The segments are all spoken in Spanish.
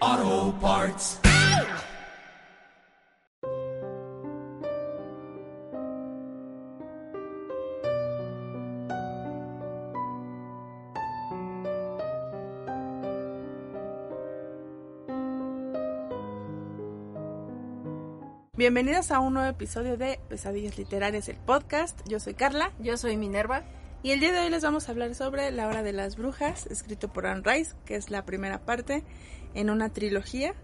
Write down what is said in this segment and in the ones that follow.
Auto Parts. Bienvenidos a un nuevo episodio de Pesadillas Literarias, el podcast. Yo soy Carla Yo soy Minerva. y el día de hoy les vamos a hablar sobre La Hora de las Brujas, escrito por Anne Rice, que es la primera parte en una trilogía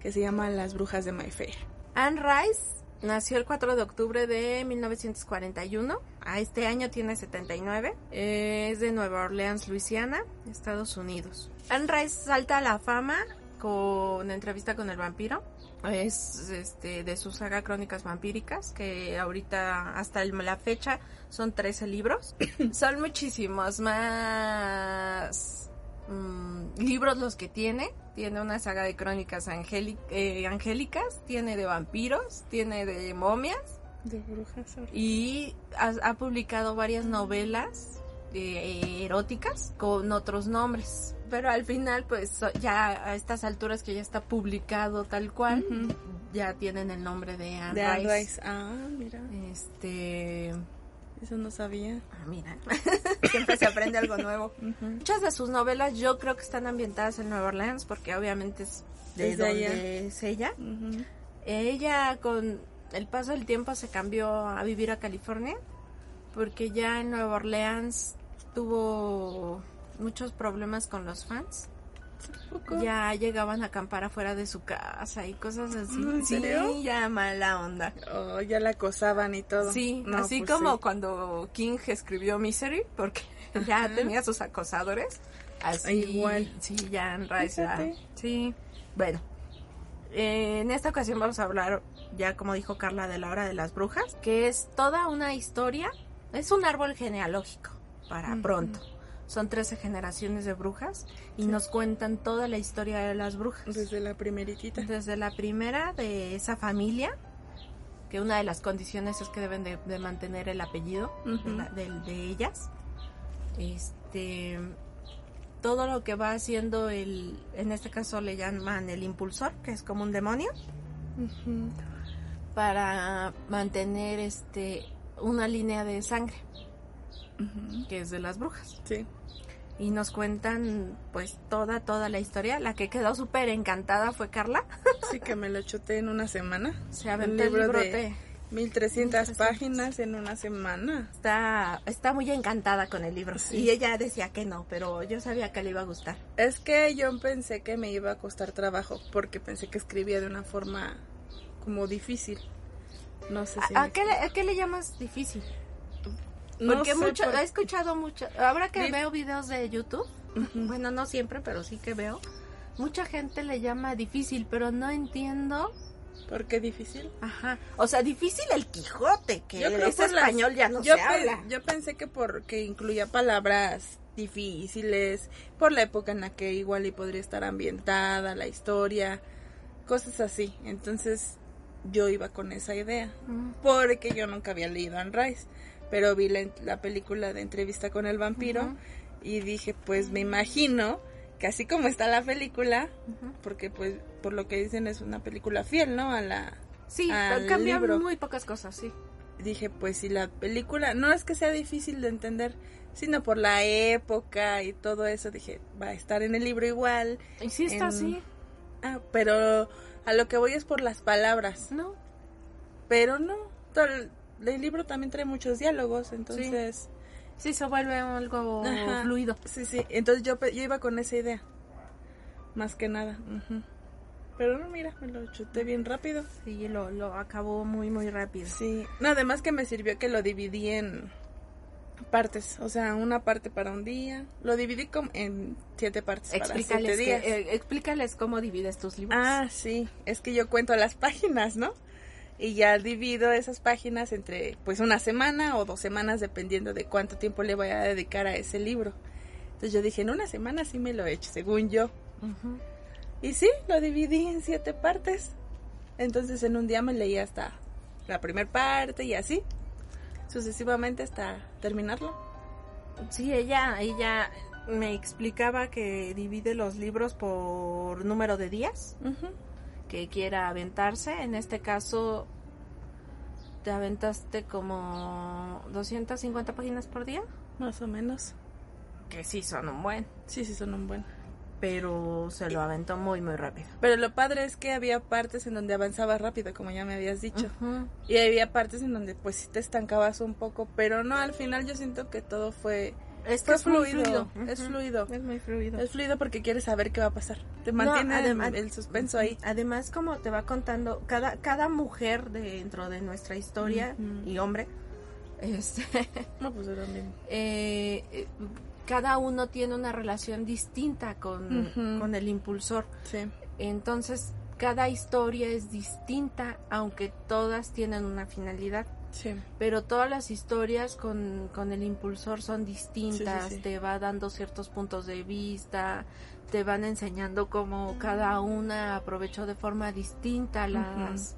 que se llama Las Brujas de Mayfair. Anne Rice nació el 4 de octubre de 1941. A este año tiene 79. Eh, es de Nueva Orleans, Luisiana, Estados Unidos. Anne Rice salta a la fama con entrevista con el vampiro. Es este, de su saga Crónicas Vampíricas, que ahorita hasta el- la fecha son 13 libros. son muchísimos más mm, libros los que tiene. Tiene una saga de crónicas angéli- eh, angélicas, tiene de vampiros, tiene de momias De brujas. y ha, ha publicado varias novelas eh, eróticas con otros nombres. Pero al final, pues so- ya a estas alturas que ya está publicado tal cual, Ujú. ya tienen el nombre de Anne, De Anne Rice. Rice. Ah, mira, Este, eso no sabía. Ah, mira, siempre se aprende algo nuevo. Muchas de sus novelas yo creo que están ambientadas en Nueva Orleans porque obviamente es de Es de donde allá. es ella. Ujú. Ella con el paso del tiempo se cambió a vivir a California porque ya en Nueva Orleans tuvo muchos problemas con los fans. Poco. Ya llegaban a acampar afuera de su casa y cosas así. ¿No, en serio? Sí, ya mala onda. Oh, ya la acosaban y todo. Sí, No, así pues como sí. cuando King escribió Misery, porque ya tenía sus acosadores. Así, Igual. Sí, ya en Rice, ya- Fíjate. Sí. Bueno, eh, en esta ocasión vamos a hablar, ya como dijo Carla, de la hora de las brujas, que es toda una historia, es un árbol genealógico para Ujú. pronto. Son 13 generaciones de brujas y nos cuentan toda la historia de las brujas. Desde la primeritita. Desde la primera de esa familia, que una de las condiciones es que deben de, de mantener el apellido Ujú. de, la- del- de ellas. Este, todo lo que va haciendo el, en este caso le llaman el impulsor, que es como un demonio, Ujú. para mantener este una línea de sangre, Ujú. que es de las brujas. Sí. Y nos cuentan pues toda, toda la historia. La que quedó súper encantada fue Carla. Sí que me lo chuté en una semana. Se El aventó el libro de- librote. 1300 1300. páginas en una semana. está, está muy encantada con el libro. Sí. Y ella decía que no, pero yo sabía que le iba a gustar. Es que yo pensé que me iba a costar trabajo porque pensé que escribía de una forma como difícil. No sé si. ¿A, a me- Ah, qué, le- a qué le llamas difícil? no Porque sé mucho, por- he escuchado mucho. Ahora que Dif- veo videos de YouTube, bueno, no siempre, pero sí que veo, mucha gente le llama difícil, pero no entiendo. ¿Por qué difícil? Ajá. O sea, difícil el Quijote, que ese por las- español ya no yo se pe- habla. Yo pensé que porque incluía palabras difíciles, por la época en la que igual y podría estar ambientada la historia, cosas así. Entonces yo iba con esa idea. Mm. porque yo nunca había leído Anne Rice, pero vi la, la película de entrevista con el vampiro Ujú. y dije, pues me imagino que así como está la película, Ujú. porque pues por lo que dicen es una película fiel, ¿no? A la Sí, Al cambian libro. muy pocas cosas, sí. dije, pues si la película no es que sea difícil de entender, sino por la época y todo eso, dije, va a estar en el libro igual. Y sí está En- así, Ah, pero a lo que voy es por las palabras, ¿no? pero no, todo el, el libro también trae muchos diálogos, entonces Sí, se vuelve algo Ajá. fluido. Sí, sí. Entonces yo, pe- yo iba con esa idea. Más que nada. ujú. Pero no, mira, me lo chuté bien rápido. Sí, lo, lo acabó muy, muy rápido. Sí. No, además que me sirvió que lo dividí en, partes, o sea, una parte para un día. Lo dividí com- en siete partes para siete Explícales, días. que- eh, explícales cómo divides tus libros. Ah, sí, es que yo cuento las páginas, ¿no? Y ya divido esas páginas entre pues una semana o dos semanas dependiendo de cuánto tiempo le voy a dedicar a ese libro. Entonces yo dije, en una semana sí me lo he hecho, según yo. Ujú. Y sí, lo dividí en siete partes. Entonces en un día me leí hasta la primera parte y así, sucesivamente hasta terminarlo. Sí, ella, ella me explicaba que divide los libros por número de días Ujú. que quiera aventarse. En este caso, te aventaste como 250 páginas por día, Más o menos. que sí son un buen, Sí, sí, son un buen. pero se lo aventó muy, muy rápido. Pero lo padre es que había partes en donde avanzaba rápido, como ya me habías dicho. Ujú. Y había partes en donde pues sí te estancabas un poco, pero no, al final yo siento que todo fue, Es fue que es muy fluido, fluido. es Ujú. fluido. Es muy fluido. Es fluido porque quieres saber qué va a pasar. Te No, mantiene el- además- el suspenso ahí. Además, como te va contando, cada, cada mujer dentro de nuestra historia Ujú. y hombre, este, No, pues era mismo. eh, eh, cada uno tiene una relación distinta con, Ujú. con el impulsor. Sí. Entonces, cada historia es distinta, aunque todas tienen una finalidad. Sí. Pero todas las historias con, con el impulsor son distintas, Sí, sí, sí. te va dando ciertos puntos de vista, te van enseñando cómo cada una aprovechó de forma distinta las,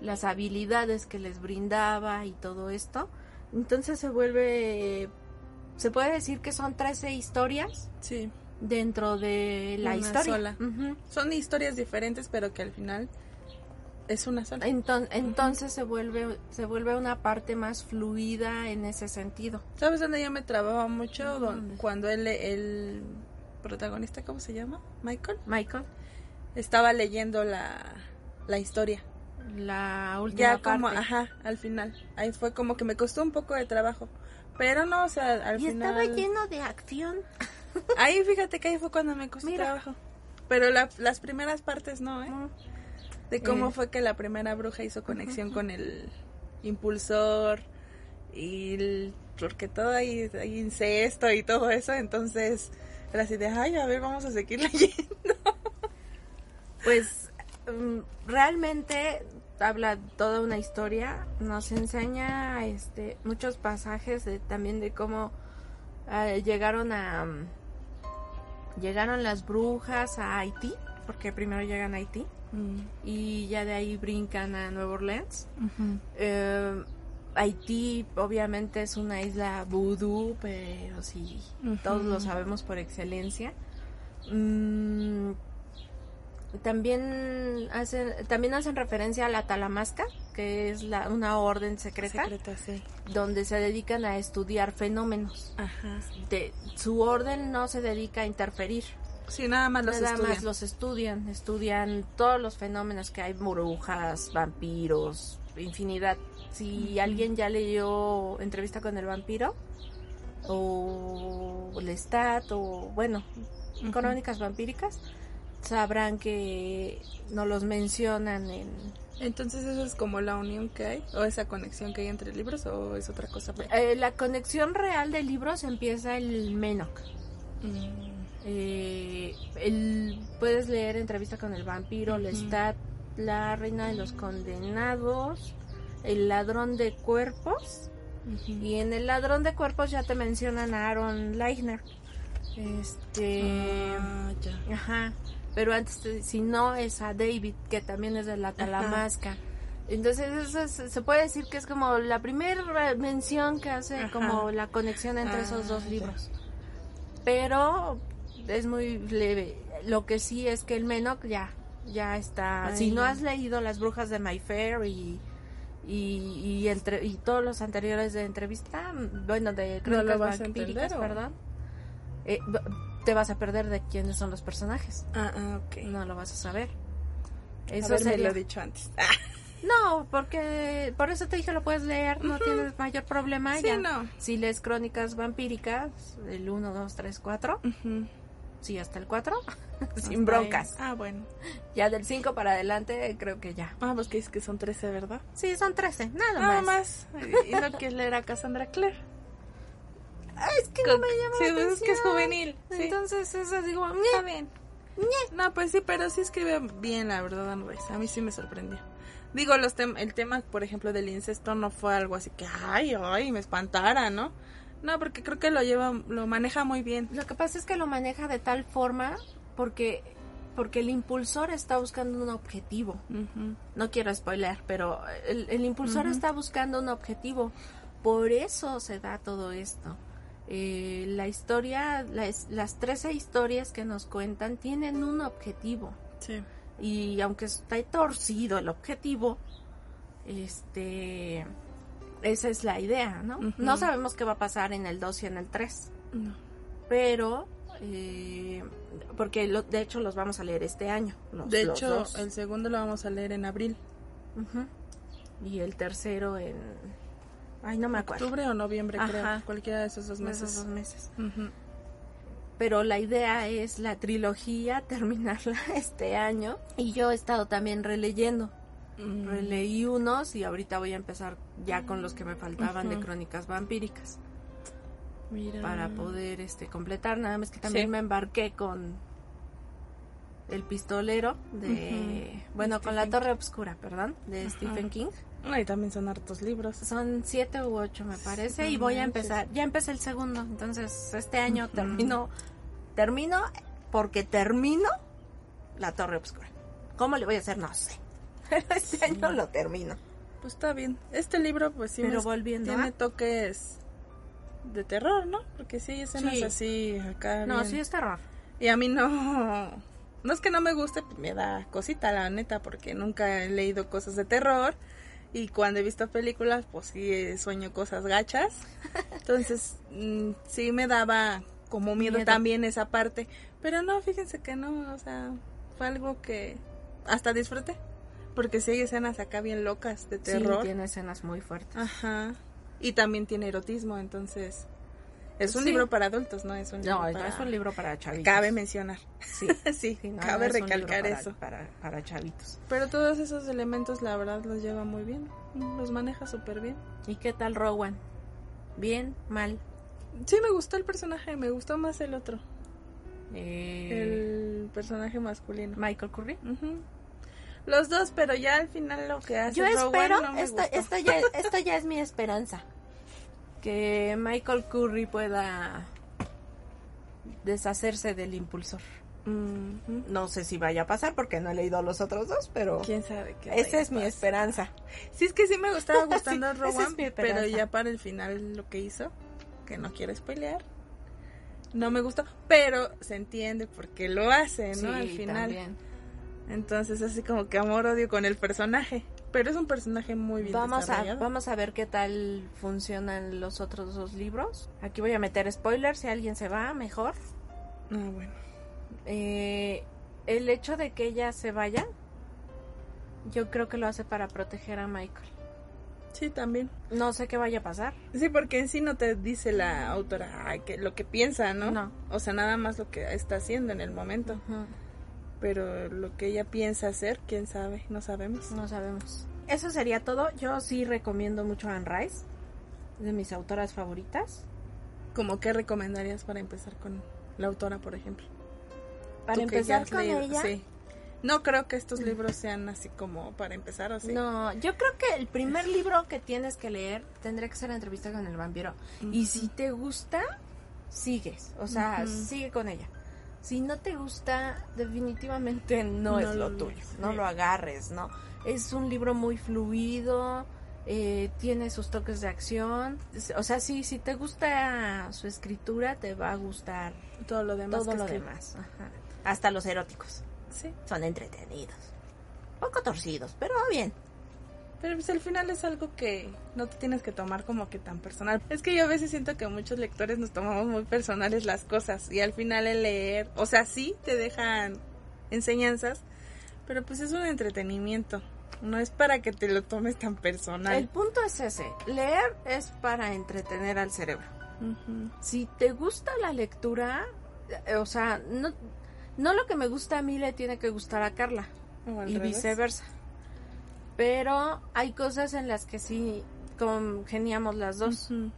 las habilidades que les brindaba y todo esto. Entonces se vuelve, se puede decir que son 13 historias Sí. dentro de la Una historia. sola. Ujú. Son historias diferentes, pero que al final es una sola. Enton- entonces se vuelve, se vuelve una parte más fluida en ese sentido. ¿Sabes dónde yo me trababa mucho? Don- ¿Dónde? Cuando él, el protagonista, ¿cómo se llama? Michael. Michael. Estaba leyendo la, la historia. La última ya como, parte. ajá, al final. Ahí fue como que me costó un poco de trabajo. Pero no, o sea, al y final. estaba lleno de acción. Ahí fíjate que ahí fue cuando me costó Mira. trabajo. Pero la- las primeras partes no, ¿eh? De cómo Eh. fue que la primera bruja hizo conexión con el impulsor y el- porque todo ahí, ahí incesto y todo eso. Entonces, era así de, ay, a ver, vamos a seguir leyendo. Pues mm, realmente habla toda una historia, nos enseña este muchos pasajes de, también de cómo eh, llegaron a mm, llegaron las brujas a Haití, porque primero llegan a Haití Mm, y ya de ahí brincan a Nueva Orleans. Eh, Haití obviamente es una isla vudú, pero sí, Ujú. todos lo sabemos por excelencia. Mm, también hacen, también hacen referencia a la Talamasca, que es la, una orden secreta, Secreta, sí. donde se dedican a estudiar fenómenos. Ajá. De, su orden no se dedica a interferir, Sí, nada más los nada estudian. más los estudian, estudian todos los fenómenos que hay, brujas, vampiros, infinidad. Si alguien ya leyó entrevista con el vampiro, o Lestat, o bueno, Ujú. crónicas vampíricas, sabrán que no los mencionan en... Entonces eso es como la unión que hay, o esa conexión que hay entre libros, o es otra cosa. Eh, la conexión real de libros empieza el Menoc. Mm, Eh, el- puedes leer Entrevista con el vampiro, Ujú. Lestat, La reina de los condenados, El ladrón de cuerpos. ujú. Y en El ladrón de cuerpos ya te mencionan a Aaron Leichner. Este. Ah, ya. Ajá. Pero antes, te- si no, es a David, que también es de la Talamasca. Entonces, eso es- se puede decir que es como la primera mención que hace Ajá. como la conexión entre Ah, esos dos ya. libros. Pero es muy leve. Lo que sí es que el Menoc ya, ya está. Ahí. Si no has leído Las Brujas de Mayfair y. Y, y entre, y todos los anteriores de entrevista, bueno, de ¿No lo crónicas vas a vampíricas, entender o? perdón, eh, b- te vas a perder de quiénes son los personajes. Ah, ah, ok. No lo vas a saber. Eso Eso sería- lo he dicho antes. Ah, No, porque por eso te dije lo puedes leer, no tienes mayor problema. Sí, ya. no. Si lees crónicas vampíricas, el 1, 2, 3, 4, ujú. sí, hasta el 4, Hasta sin broncas. ahí. Ah, bueno. Ya del 5 para adelante creo que ya. Ah, pues que es que son 13, ¿verdad? Sí, son 13, nada, Nada más. más. Y y no quieres leer a Cassandra Clare. "Ah, es que no me llama Sí, la pues es que es atención". juvenil, sí. Entonces es así como, "Ñe". Está bien. No, pues sí, pero sí escribe bien, la verdad, Andrés. A mí sí me sorprendió. Digo, los tem- el tema, por ejemplo, del incesto no fue algo así que, ay, ay, me espantara, ¿no? No, porque creo que lo lleva, lo maneja muy bien. Lo que pasa es que lo maneja de tal forma porque, porque el impulsor está buscando un objetivo. Ujú. No quiero spoiler, pero el, el impulsor está buscando un objetivo. Por eso se da todo esto. Eh, la historia, las, las 13 historias que nos cuentan tienen un objetivo. Sí. Y aunque está torcido el objetivo, este, esa es la idea, ¿no? Ujú. No sabemos qué va a pasar en el 2 y en el 3 No. pero eh, porque lo- de hecho los vamos a leer este año. los- De los hecho, dos. el segundo lo vamos a leer en abril. Ujú. y el tercero en, ay no me acuerdo, Octubre o noviembre, creo. Ajá. Cualquiera de esos dos meses. meses. dos meses. Ujú. Pero la idea es la trilogía terminarla este año y yo he estado también releyendo, Mm. releí unos y ahorita voy a empezar ya con los que me faltaban de Ujú. crónicas vampíricas Mira. para poder este completar nada más que también Sí. me embarqué con el pistolero de Ujú. bueno De con la Stephen torre obscura perdón de Stephen King Ay, también son hartos libros. son siete u ocho me parece no y voy a manches. empezar ya empecé el segundo entonces este año termino termino porque termino la torre obscura cómo le voy a hacer no sé pero este año lo termino Pues está bien. Este libro, pues sí, Pero me- volviendo tiene a- toques de terror, ¿no? Porque sí, hay escenas Sí. así acá. no bien. sí es terror Y a mí no. No es que no me guste, pues me da cosita, la neta, porque nunca he leído cosas de terror. Y cuando he visto películas, pues sí eh, sueño cosas gachas. Entonces, mm, sí me daba como miedo, Miedo. también esa parte. Pero no, fíjense que no, o sea, fue algo que hasta disfruté. Porque sí hay escenas acá bien locas de terror. sí tiene escenas muy fuertes Ajá. Y también tiene erotismo, entonces. Es un Sí. libro para adultos, ¿no? Es un libro no no para- es un libro para chavitos Cabe mencionar. sí Sí, Sí, no, cabe no es un libro recalcar para- eso. Para, para chavitos. Pero todos esos elementos, la verdad, los lleva muy bien. Los maneja súper bien. ¿Y qué tal Rowan? ¿Bien? ¿Mal? Sí, me gustó el personaje, me gustó más el otro. Eh, El personaje masculino. ¿Michael Curry? Ujú. Los dos, pero ya al final lo que hace Yo Rowan espero, no me esto, gustó. esto, ya, esto ya es mi esperanza, que Michael Curry pueda deshacerse del impulsor. Ujú. No sé si vaya a pasar porque no he leído los otros dos, pero ¿Quién sabe qué? esa vaya es mi a pasar. esperanza. Sí, es que sí me estaba gustando Sí, esa es Rowan, mi esperanza. pero ya para el final lo que hizo, que no quiero spoilear, no me gustó, pero se entiende por qué lo hace, ¿no? al final. también. Entonces, así como que amor-odio con el personaje, pero es un personaje muy bien Vamos a, desarrollado. vamos a ver qué tal funcionan los otros dos libros. Aquí voy a meter spoilers, si alguien se va, mejor. Ah, bueno. Eh, el hecho de que ella se vaya, yo creo que lo hace para proteger a Michael. Sí, también. No sé qué vaya a pasar. Sí, porque en sí no te dice la autora ay, que lo que piensa, ¿no? No. O sea, nada más lo que está haciendo en el momento, pero lo que ella piensa hacer, quién sabe, no sabemos. No sabemos. Eso sería todo. Yo sí recomiendo mucho a Anne Rice, de mis autoras favoritas. ¿Cómo qué recomendarías para empezar con la autora, por ejemplo? Para Tú que ya empezar has con leído- ella. Mm. Sí. No creo que estos libros sean así como para empezar, ¿o sí? No, yo creo que el primer libro que tienes que leer tendría que ser la entrevista con el vampiro. Y si te gusta, sigues. O sea, Ujú. sigue con ella. Si no te gusta, definitivamente no, No es lo lo tuyo. lees. No Sí. lo agarres, ¿no? Es un libro muy fluido, eh, tiene sus toques de acción. Es- O sea, sí, si te gusta su escritura, te va a gustar Todo lo demás. todo que lo escribe. demás. Ajá. Hasta los eróticos. Sí. Son entretenidos. Poco torcidos, pero bien. Pero pues al final es algo que no te tienes que tomar como que tan personal. Es que yo a veces siento que muchos lectores nos tomamos muy personales las cosas y al final el leer, o sea, sí te dejan enseñanzas, pero pues es un entretenimiento. No es para que te lo tomes tan El personal. punto es ese. Leer es para entretener al cerebro. Ujú. Si te gusta la lectura, eh, o sea, no, no lo que me gusta a mí le tiene que gustar a Carla O al y revés. viceversa. Pero hay cosas en las que sí congeniamos las dos. Ujú.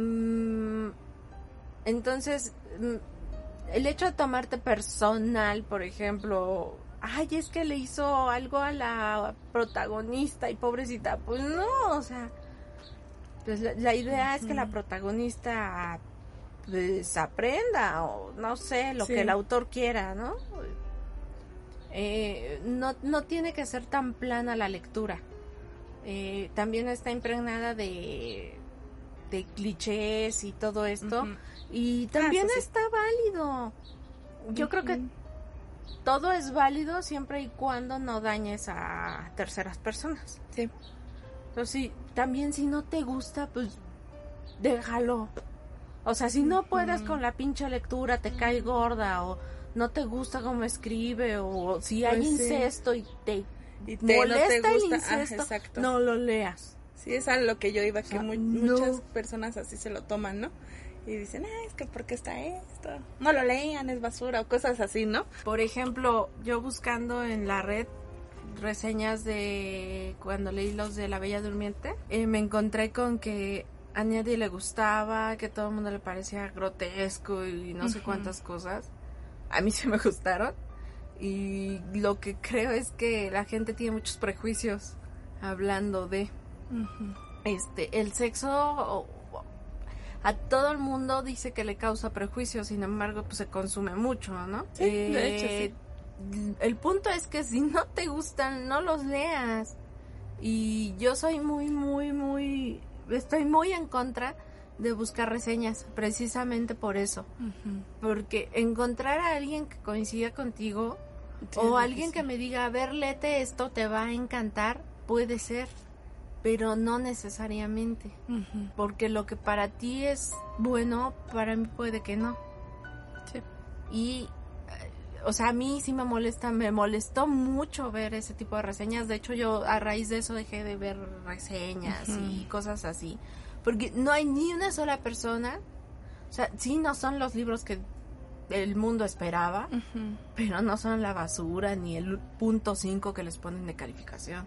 Mm, Entonces, mm, el hecho de tomarte personal, por ejemplo, ay, es que le hizo algo a la protagonista y pobrecita, pues no, o sea, pues la, la idea es que la protagonista pues, aprenda o no sé, lo Sí. que el autor quiera, ¿no? Eh, no, no tiene que ser tan plana la lectura. Eh, también está impregnada de, de clichés y todo esto. Ujú. Ah, Y también eso sí. está válido. Yo creo que Ujú. todo es válido siempre y cuando no dañes a terceras personas. Sí. Entonces, sí, también si no te gusta, pues déjalo. O sea, si no puedes con la pinche lectura, te cae gorda o no te gusta cómo escribe o si hay Pues sí. incesto y te, Y te- no te molesta el gusta, ajá, incesto, exacto. no lo leas. Sí, es a lo que yo iba, que Ah, mu- no. muchas personas así se lo toman, ¿no? Y dicen, ah, es que porque está esto? No lo lean, es basura o cosas así, ¿no? Por ejemplo, yo buscando en la red reseñas de cuando leí los de La Bella Durmiente, eh, me encontré con que a nadie le gustaba, que todo el mundo le parecía grotesco y no sé Ujú. cuántas cosas. A mí sí me gustaron. Y lo que creo es que la gente tiene muchos prejuicios hablando de este el sexo o- o- a todo el mundo dice que le causa prejuicios, sin embargo, pues se consume mucho, ¿no? Eh, Sí, de hecho, El punto es que si no te gustan, no los leas. Y yo soy muy, muy, muy, estoy muy en contra de buscar reseñas, precisamente por eso. Porque encontrar a alguien que coincida contigo Sí, o es alguien que difícil. me diga, a ver, lete esto, te va a encantar, puede ser, pero no necesariamente Ujú. porque lo que para ti es bueno, para mí puede que no. Sí. Y, eh, o sea, a mí sí me molesta, me molestó mucho ver ese tipo de reseñas. De hecho, yo a raíz de eso dejé de ver reseñas y Ujú. cosas así. Porque no hay ni una sola persona. O sea, sí, no son los libros que el mundo esperaba, Ujú. pero no son la basura ni el punto 5 que les ponen de calificación.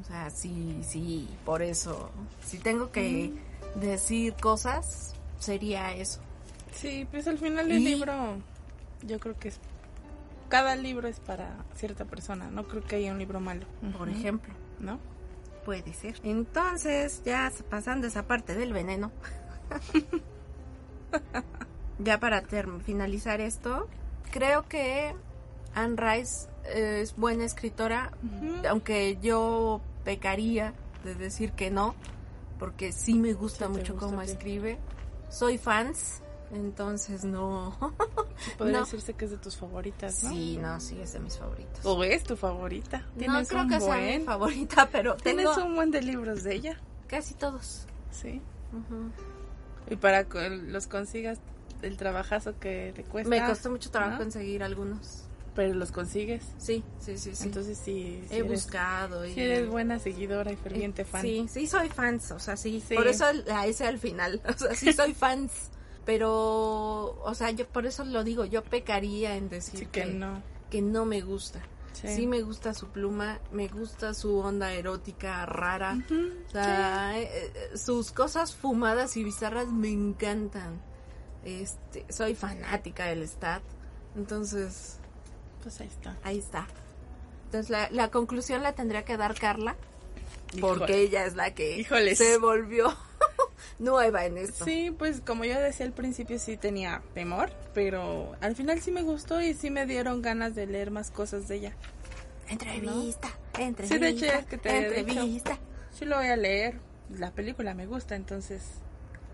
O sea, sí, sí, por eso. Si tengo que decir cosas, sería eso. Sí, pues al final el Y- libro, yo creo que es... Cada libro es para cierta persona, no creo que haya un libro malo. Por Ujú. ejemplo, ¿No? puede ser. Entonces, ya pasando esa parte del veneno. ya para term- finalizar esto, creo que Anne Rice es buena escritora, Ujú. aunque yo pecaría de decir que no, porque sí me gusta Sí, te mucho gusta cómo a ti. escribe. Soy fans, entonces no. Podría no. decirse que es de tus favoritas, ¿no? Sí, no, sí, es de mis favoritos. O es tu favorita. No Tienes creo un que buen... sea mi favorita, pero tengo Tienes un buen de libros de ella, casi todos. sí. Ujú. Y para que los consigas el trabajazo que te cuesta. Me costó mucho trabajo ¿no? conseguir algunos. Pero los consigues. Sí, sí, sí, sí. Entonces sí, sí He eres, buscado. Y... sí eres buena seguidora y Eh, ferviente fan. Sí, sí soy fans, o sea, sí. Sí. Por eso la hice al final, o sea, sí soy fans. Pero, o sea, yo por eso lo digo, yo pecaría en decir Así que no. que no me gusta. Sí. Sí. me gusta su pluma, me gusta su onda erótica rara. Ujú, O sea, eh, eh, sus cosas fumadas y bizarras me encantan. Este, soy fanática del stat. Entonces, Pues ahí está. ahí está. Entonces, la, la conclusión la tendría que dar Carla, porque Híjole. ella es la que Híjoles. se volvió nueva en esto. Sí, pues como yo decía al principio sí tenía temor, pero al final sí me gustó y sí me dieron ganas de leer más cosas de ella. Entrevista, entrevista. Sí, de hecho, es que te había dicho. entrevista. Sí lo voy a leer. La película me gusta, entonces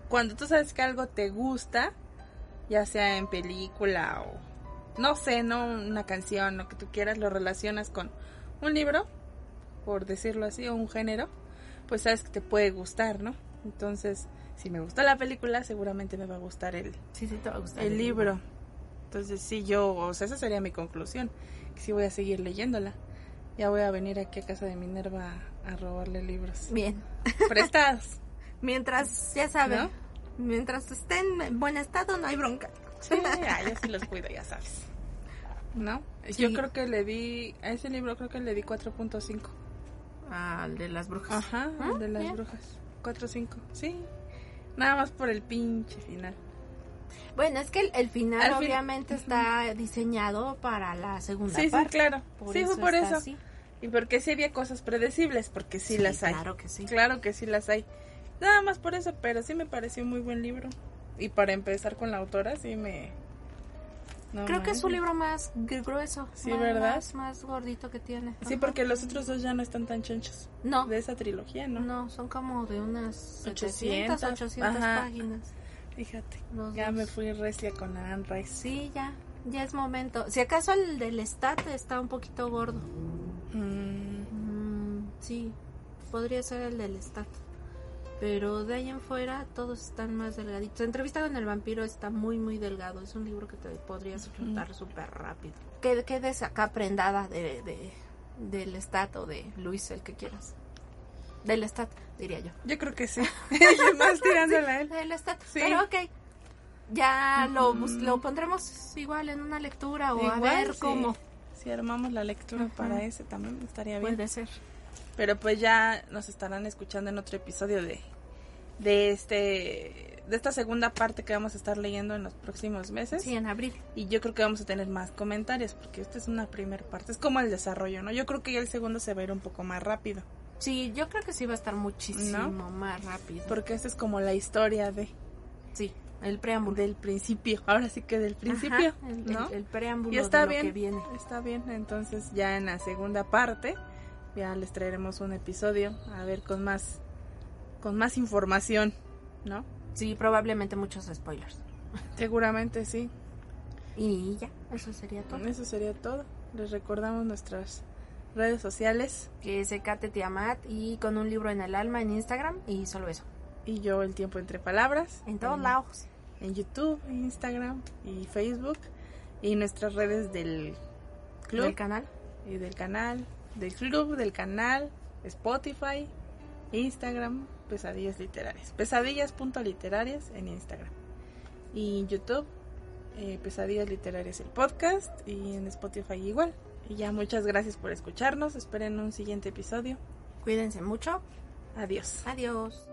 cuando tú sabes que algo te gusta, ya sea en película o no sé, no una canción, lo que tú quieras, lo relacionas con un libro, por decirlo así, o un género, pues sabes que te puede gustar, ¿no? Entonces, si me gustó la película, seguramente me va a gustar el, Sí, sí, te va a gustar. el libro. Entonces, sí, yo, o sea, esa sería mi conclusión, que sí voy a seguir leyéndola. Ya voy a venir aquí a casa de Minerva a robarle libros Bien. prestados. Mientras, ya saben, mientras estén en buen estado, no hay bronca. Sí, ah, yo sí los cuido, ya sabes. ¿No? Yo Sí. creo que le di, a ese libro creo que le di 4.5. Al de las brujas. Ajá, Ah, el de las bien. brujas. 4.5, sí. Nada más por el pinche final. Bueno, es que el, el final Al fin- obviamente está diseñado para la segunda Sí, sí, parte. claro. sí, fue por está eso. así. Y porque sí había cosas predecibles, porque sí, Sí, las hay. claro que sí. Claro que sí las hay. Nada más por eso, pero sí me pareció muy buen libro. Y para empezar con la autora, sí me... no Creo que es su manches. libro más gr- grueso. Sí, más, ¿verdad? Más, más gordito que tiene. Sí, Ajá. porque los otros dos ya no están tan chonchos. No, De esa trilogía, ¿no? no, son como de unas 700, 800, 800 ajá. páginas. Fíjate. Los ya dos. me fui recia con la Anne Rice. Sí, ya, ya es momento. Si acaso el del Stat está un poquito gordo. Mm, Mm, sí, podría ser el del Stat. Pero de ahí en fuera todos están más delgaditos. Entrevista con el vampiro está muy, muy delgado. Es un libro que te podrías flotar súper rápido. Que quedes acá prendada de, de- del Stat o de Luis, el que quieras. Del Stat, diría yo. Yo creo que sí. Yo más tirándola a él. Del Stat. Sí. Mm. Pero ok, ya lo, bus- lo pondremos igual en una lectura o a Igual, ver sí. cómo. Si armamos la lectura para ese también estaría bien. Puede ser. Pero pues ya nos estarán escuchando en otro episodio de, de este de esta segunda parte que vamos a estar leyendo en los próximos meses. Sí, en abril. Y yo creo que vamos a tener más comentarios porque esta es una primera parte. Es como el desarrollo, ¿no? Yo creo que ya el segundo se va a ir un poco más rápido. Sí, yo creo que sí va a estar muchísimo ¿No? más rápido. Porque esta es como la historia de Sí, el preámbulo. del principio. Ahora sí que del principio, Ajá, el, ¿no? el- el preámbulo y está de lo bien, que viene. está bien. Entonces ya en la segunda parte ya les traeremos un episodio a ver con más con más información, ¿no? Sí, probablemente muchos spoilers. Seguramente sí. Y ya, eso sería todo. Eso sería todo. Les recordamos nuestras redes sociales Que se cate Tiamat y con un libro en el alma en Instagram y solo eso. y yo el tiempo entre palabras En todos lados. en YouTube, en Instagram y Facebook y nuestras redes del club Del canal. y del canal, del club, del canal, Spotify, Instagram, pesadillas literarias, pesadillas.literarias en Instagram y en YouTube eh, pesadillas literarias el podcast y en Spotify igual. Y ya muchas gracias por escucharnos, esperen un siguiente episodio. Cuídense mucho. Adiós. Adiós.